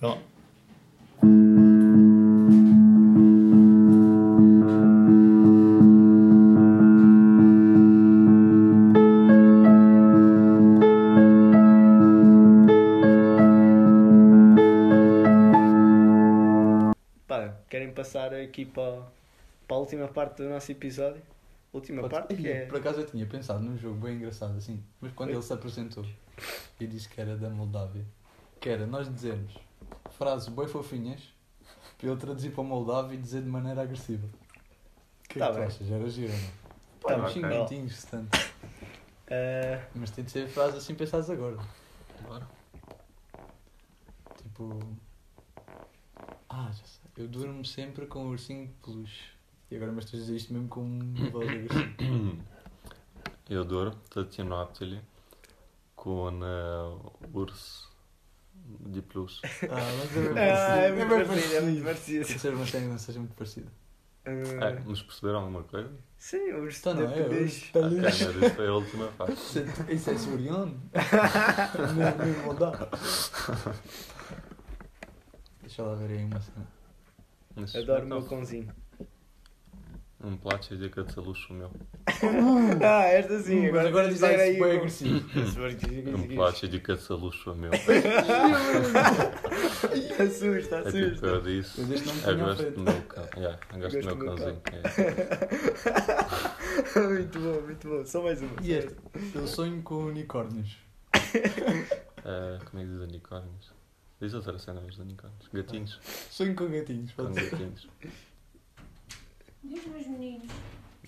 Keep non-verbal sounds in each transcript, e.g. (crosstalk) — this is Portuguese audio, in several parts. Vai lá. Pá, querem passar aqui para, para a última parte do nosso episódio? Última parte que é. Por acaso eu tinha pensado num jogo bem engraçado assim, mas quando ele se apresentou e disse que era da Moldávia, que era nós dizermos frases bem fofinhas para eu traduzir para o Moldávia e dizer de maneira agressiva. O que é Tá que tu bem. achas? Era giro, não? Pá, Tá uns bem, cinco tá. minutinhos, se tanto. Ah, Mas tem de ser frases assim pensadas agora. Tipo. Ah, já sei. Eu durmo sempre com um ursinho de peluche. E agora, mas tu dizes isto mesmo com um valor assim. Eu durmo, tățin noaptele cu un uh, urs de plus. Ah, mas é bem ah, é muito parecido. parecido, é muito Tem parecido. que ser uma cena que não seja muito parecida. Ai, Ah, nu-și perceberam alguma coisa? sim, o urso Então de não é? peluche. Os Ok, mas peluches. isso foi a última parte. Isso é (laughs) suriano? Não, não dá. Deixa lá ver aí uma cena. Mas Adoro o meu então, (laughs) um cãozinho. Îmi place de cățelușul meu. Ah, esta sim, Mas agora, agora diz aí se foi o- (laughs) (laughs) agressivo. Esse barulho que Îmi diz- place de cățelușul meu. Assusta, É tipo assusta. eu disse. Mas este não me Eu tinha gosto do feito. meu cão. Yeah, eu gosto do meu cãozinho. É. (laughs) muito bom, muito bom. Só mais uma. E este? Eu sonho com unicórnios. Ah, como é que diz unicórnios? Diz outra cena, mas unicórnios. Gatinhos. Sonho com gatinhos. Com pode ser. gatinhos. Diz meus meninos,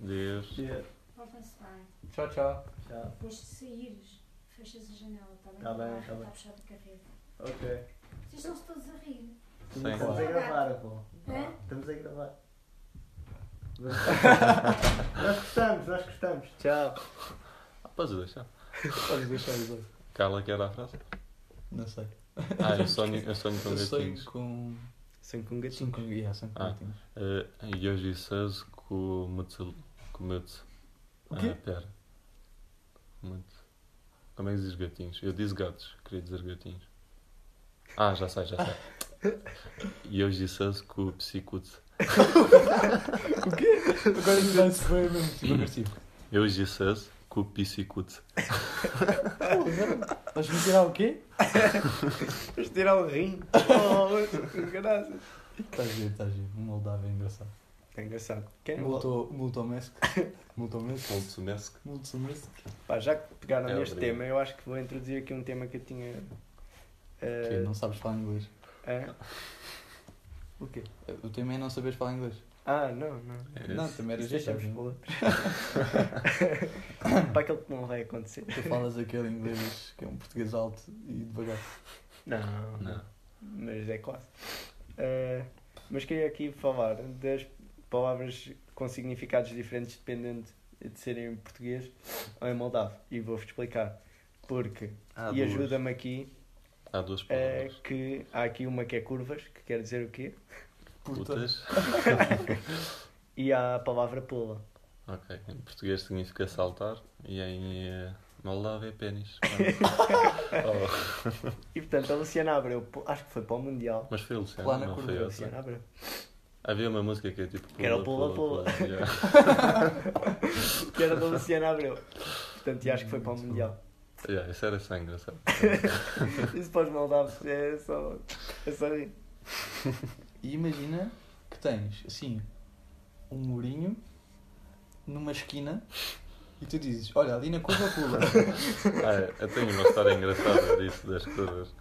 Deus. Yeah. portem-se bem. Tchau, tchau. Já. Depois de saíres, fechas a janela, está bem? Tá bem, tá Está bem. a puxar de carreta. Ok. Vocês estão-se todos a rir. Sim. Estamos a gravar, pô. Hã? Estamos a gravar. nós gostamos, nós gostamos. Tchau. Ah, podes deixar. Podes deixar os outros. Carla, que era a frase? Não sei. Ah, eu sonho, eu sonho com (laughs) Eu gatinhos. sonho com. Sonho com um gatinho. Sonho com yeah, sonho com Ah. gatinhos. Ah, E hoje seus com o Mutsel. Com o Muts. O quê? Ah, pera. Muito. Como é que se diz gatinhos? Eu disse gatos, queria dizer gatinhos. Ah, já sei, já sei. (laughs) E hoje disse com o psicute. Ah. Agora me dá se foi mesmo tipo agressivo. Eu disse com o psicute. Vais me tirar o quê? Vamos tirar o (laughs) rim. Oh, graças. Estás a ver, estás a ver. Um moldável é engraçado. É engraçado. Quem um (laughs) Multomesk. Multomesk. Polsumesc. Multomesk. Pá, já que pegaram É, neste obrigado. tema, eu acho que vou introduzir aqui um tema que eu tinha. eh, ah, Que é, não sabes falar inglês. hã? O quê? O tema é não saberes falar inglês. Ah, não, não. É Não, também era Isso gestão. deixamos para outros. (laughs) Para aquele que não vai acontecer. Tu falas aquele inglês que é um português alto e devagar. Não, Não. Mas é quase. Eh, mas queria aqui falar das palavras com significados diferentes dependendo de serem em português ou em moldavo. E vou-vos explicar. Porque, Há e Ah, duas- ajuda-me aqui, Há duas é palavras. que há aqui uma que é curvas, que quer dizer o quê? Putas. E há a palavra pula. Ok. Em português significa saltar. E em eh, Moldávia é (laughs) pênis. Oh, E portanto, a Luciana Abreu, pu- acho que foi para o Mundial. Mas foi o Lá Luciano, na não curva, foi A outra. Luciana Abreu. Havia uma música que é tipo. Que era o pula, Yeah. Que era da Luciana Abreu. Portanto, e acho que foi Hum, para o Mundial. Yeah, isso era só engraçado. Ah, Isso para os moldavos é só. É só rir. E imagina que tens, assim, um murinho numa esquina e tu dizes, olha, ali na curva (laughs) pula. Ah, é, eu tenho uma história engraçada disso, das curvas.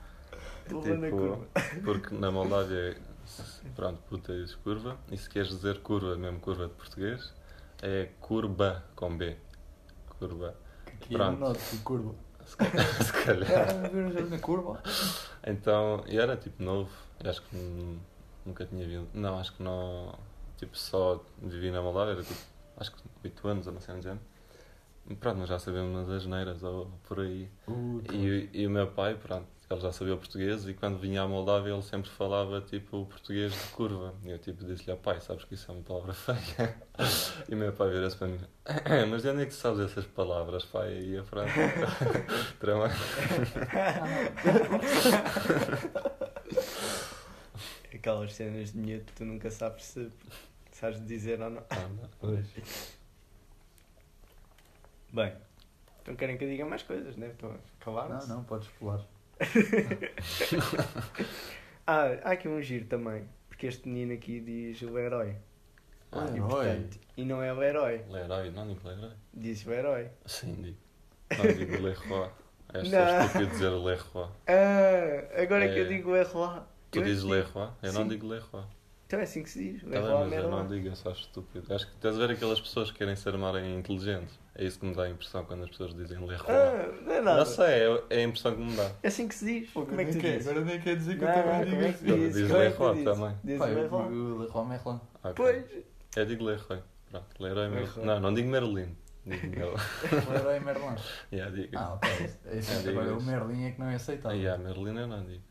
Pula na Tipo, curva. (laughs) Porque na Moldávia, se- pronto, puta diz curva, e se queres dizer curva, mesmo curva de português, é curva com B. Curva. Que é um Pronto. nó de (laughs) curva. Se calhar. se calhar. Ah, vamos ver na curva. Então, eu era tipo novo, eu acho que nu- nunca tinha vindo. Não, acho que não. Tipo, só vivi na Moldávia, era tipo, acho que 8 anos ou não sei onde é. Pronto, nós já sabemos nas asneiras ou por aí. E, e o meu pai, pronto, ele já sabia o português e quando vinha à Moldávia ele sempre falava tipo o português de curva. E eu tipo disse-lhe, "Ó pai, sabes que isso é uma palavra (laughs) feia? E o meu pai vira-se para mim, mas de onde é que tu sabes essas palavras, pai? E eu, pronto, (laughs) trama. aquelas cenas de miúdo, tu nunca sabes se sabes dizer ou não. Ah, não. Pois. Bem, então querem que eu diga mais coisas, né? Estão a calar-se. Não, não, podes pular. (laughs) Ah, há aqui um giro também, porque este menino aqui diz o herói. Ah, Herói. E, portanto, e não é o herói, Leroy, não digo Leroy. diz o herói. Sim, digo. Não digo Leroy. És Não. só estúpido dizer Leroy. Ah, agora é que eu É. digo o herói. Tu Eu- dizes Leroy? Eu não Sim. digo Leroy. Então é assim que se diz. O Tá bem, herói mas é eu não herói. digo, eu só acho estúpido. Acho que estás a ver aquelas pessoas que querem se armarem inteligentes. É isso que me dá a impressão quando as pessoas dizem Leroy. Ah, não é nada. Não sei, é- é a impressão que me dá. É assim que se diz. Pô, Como é que tu nem quero- dizes? Agora nem quer dizer que Não, eu não, também como é digo que isso. Ele dizes? diz Como é que Leroy dizes? também. Dizes Pá, eu Leroy. digo Leroy Merlin. Ok. Pois. Eu digo Leroy. Pronto, Leroy Leroy. Merlin. Não, não digo Merlin. Digo Merlin. Leroy (laughs) Merlin. (laughs) yeah, digo. Ah, Ah, ok. É isso. Eu digo Agora o isso. Merlin é que não é aceitável. yeah, Merlin eu não digo.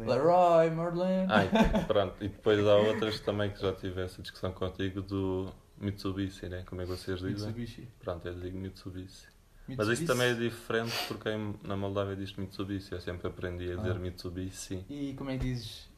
É Leroy Merlin. Ah, e, pronto. E depois há outras também que já tive essa discussão contigo do Mitsubishi, né? Como é que vocês dizem? Mitsubishi. Pronto, eu digo Mitsubishi. Mas Mitsubishi. isso também é diferente porque em- na Moldávia diz Mitsubishi. Eu sempre aprendi a dizer Ah. Mitsubishi. E como é que dizes?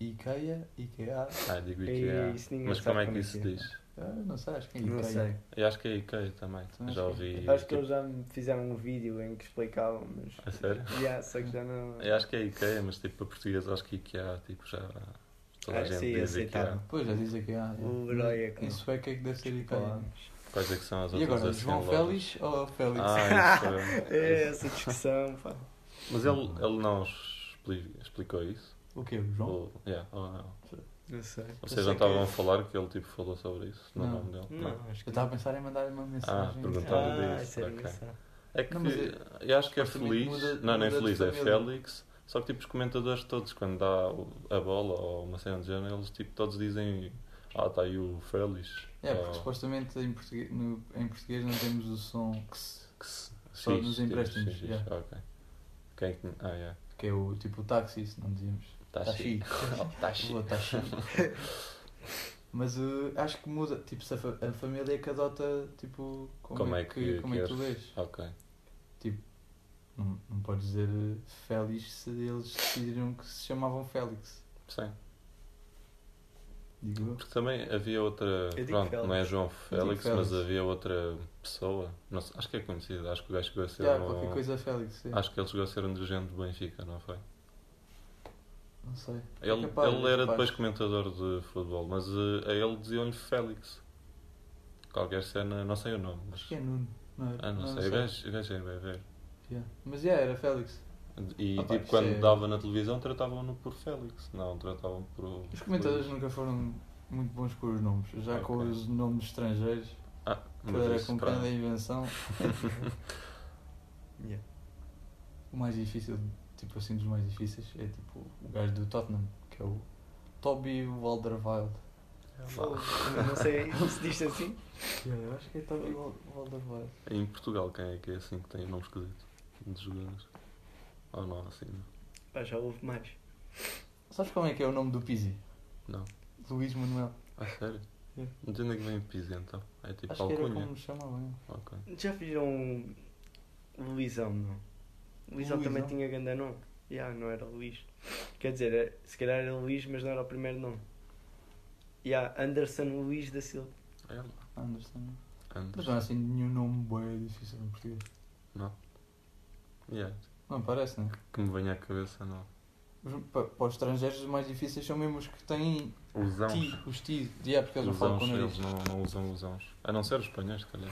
Ikea? Ikea? Ah, digo É Ei, IKEA. isso ninguém Mas sabe como é como que é isso que é. diz? Ah, não sei, acho que é Ikea. Não sei. Eu acho que é IKEA também. Não Já sei. ouvi. Acho que tipo- eles já me fizeram um vídeo em que explicavam, mas. A É sério? Yeah, só que já não. Eu acho que é IKEA, mas tipo para português acho que IKEA tipo já toda a É, Ah, gente sim, diz aceitável. IKEA. Pois, já diz Ikea. O Leroy é que Em não. sueco é que deve ser Ikea. Palavras. Quais é que são as E outras agora, assim, João lojas? Félix ou (laughs) Félix? Ah, isso (laughs) É é. essa discussão, pá. Mas ele, ele não expli- explicou isso? O quê? O João? Ou, yeah, ou não? Não sei. Vocês sei não estavam que- é. a falar que ele tipo falou sobre isso no Não. nome dele? Não, acho que. Eu estava a pensar em mandar-lhe uma mensagem. perguntar-lhe Ah, disso, isso era ok. engraçado. É que Não, mas eu acho que é supostamente feliz. muda- não, não é muda de feliz, é família. Félix. Só que tipo os comentadores todos, quando dá o- a bola ou uma cena de género, eles tipo todos dizem Ah, está aí o Félix. É, porque ou- supostamente em português, no- em português não temos o som que, se- que se- Só X, nos tipo, empréstimos, X, X, yeah. ok. Quem é que tinha- Ah, yeah. que é o tipo o táxi, se não dizíamos. Tá (laughs) Taxi. chique. Tá Boa, chique. (laughs) táxi. Mas uh, acho que muda, tipo, se a, fa- a família é que adota, tipo, como, Como é que como é que tu queres? vês. Ok. Não, não podes dizer uh, Félix se eles decidiram que se chamavam Félix. Sim. Digo eu. Porque também havia outra. digo Pronto, Félix. não é João Félix, Félix. mas havia outra pessoa. Não sei, acho que é conhecida. Acho que o gajo chegou a ser. Yeah, um- qualquer coisa é Félix, sim. Acho que ele chegou a ser um dirigente do Benfica, não foi? Não sei. É Ele, capaz, ele é era capaz. depois comentador de futebol, mas eh, a ele diziam-lhe Félix. Qualquer cena, não sei o nome, mas. Acho que é Nuno. Não, era? Ah, não, sei, o gajo- o gajo é bem ver. Yeah. Mas yeah, era Félix. E Ah, pá, tipo, isso quando é- dava na televisão, tratavam-no por Félix, não tratavam por. Os comentadores nunca foram muito bons com os nomes. Já com Ok. os nomes estrangeiros, Ah, que mas era isso, com pronto. (laughs) cada invenção, Yeah. o mais difícil, tipo assim, dos mais difíceis, é tipo o gajo do Tottenham, que é o Toby Walderwild. Fogo, Não sei se diz assim. Eu acho que é Toby Wal- Walderwild. Em Portugal, quem é que é assim que tem nomes esquisitos de jogadores? Ou não, assim? Pá, já houve mais. Sabes como é que é o nome do Pizzi? Não. Luís Manuel. A sério? Yeah. Não De onde é que vem Pisa então? É tipo Ah, acho que era alcunha? como me chamavam. é. Ok. Já fizeram um Luizão, não? Luizão, Luizão? também tinha grande nome. Ya, não era Luís. Quer dizer, é- se calhar era Luís, mas não era o primeiro nome. Ya, Anderson Luís da (laughs) Silva. É lá. Anderson. Mas Antes. não é assim nenhum nome bem difícil em português. Yeah. Não parece, não é? Que me venha à cabeça, não. Os- pa- Para os estrangeiros, os mais difíceis são mesmo os que têm Usão. ti, os ti. Yeah, porque eles não falam Usãos, com o nariz. eles não, não usam usãos. A não ser os espanhóis, se calhar.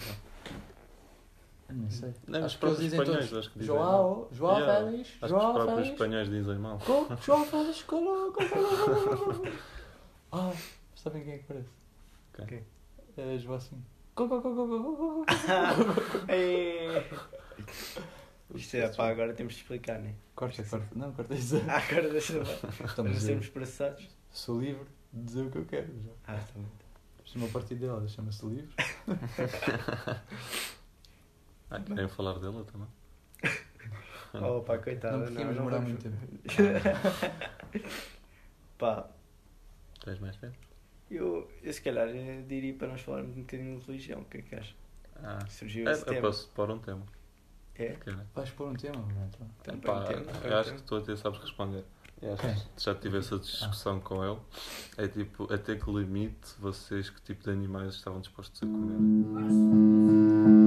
não. Não sei. Nem os que eles próprios dizem espanhóis, todos, acho que dizem. mal. João, João Yeah, Félix, Acho que os João próprios Félix. espanhóis dizem (laughs) mal. Co- João Félix, coloca. (laughs) Ah, sabem quem é que parece? Quem? Quem? É João assim. Co- co- co- co- co- co- co- Eh, co- Isto é, pá, agora temos de explicar, né? (laughs) Corta, corta. Não, (laughs) corta isso. Ah, agora deixa lá. Para não Estamos sermos a... processados. Sou livre de dizer o que eu quero. já. Ah, está bem. Isto é uma parte dela, chama-se livre. Ah, querem falar dela também? Oh, pá, Tá, coitada. Não podíamos demorar vamos- (laughs) muito tempo. Pá, Tens mais tempo? eu, eu se calhar eh, diria para nós falarmos um bocadinho de religião. O que é que achas? Ah. Surgiu esse Eu, eu tema. posso pôr um tema. É? se calhar. Vais pôr um tema, Beto. Então, Epá, põe um tema, põe eu um acho tema. que tu até sabes responder. Eu acho Quem? que Já tive essa discussão com ele. É tipo, até que limite vocês que tipo de animais estavam dispostos a comer? Ora, se-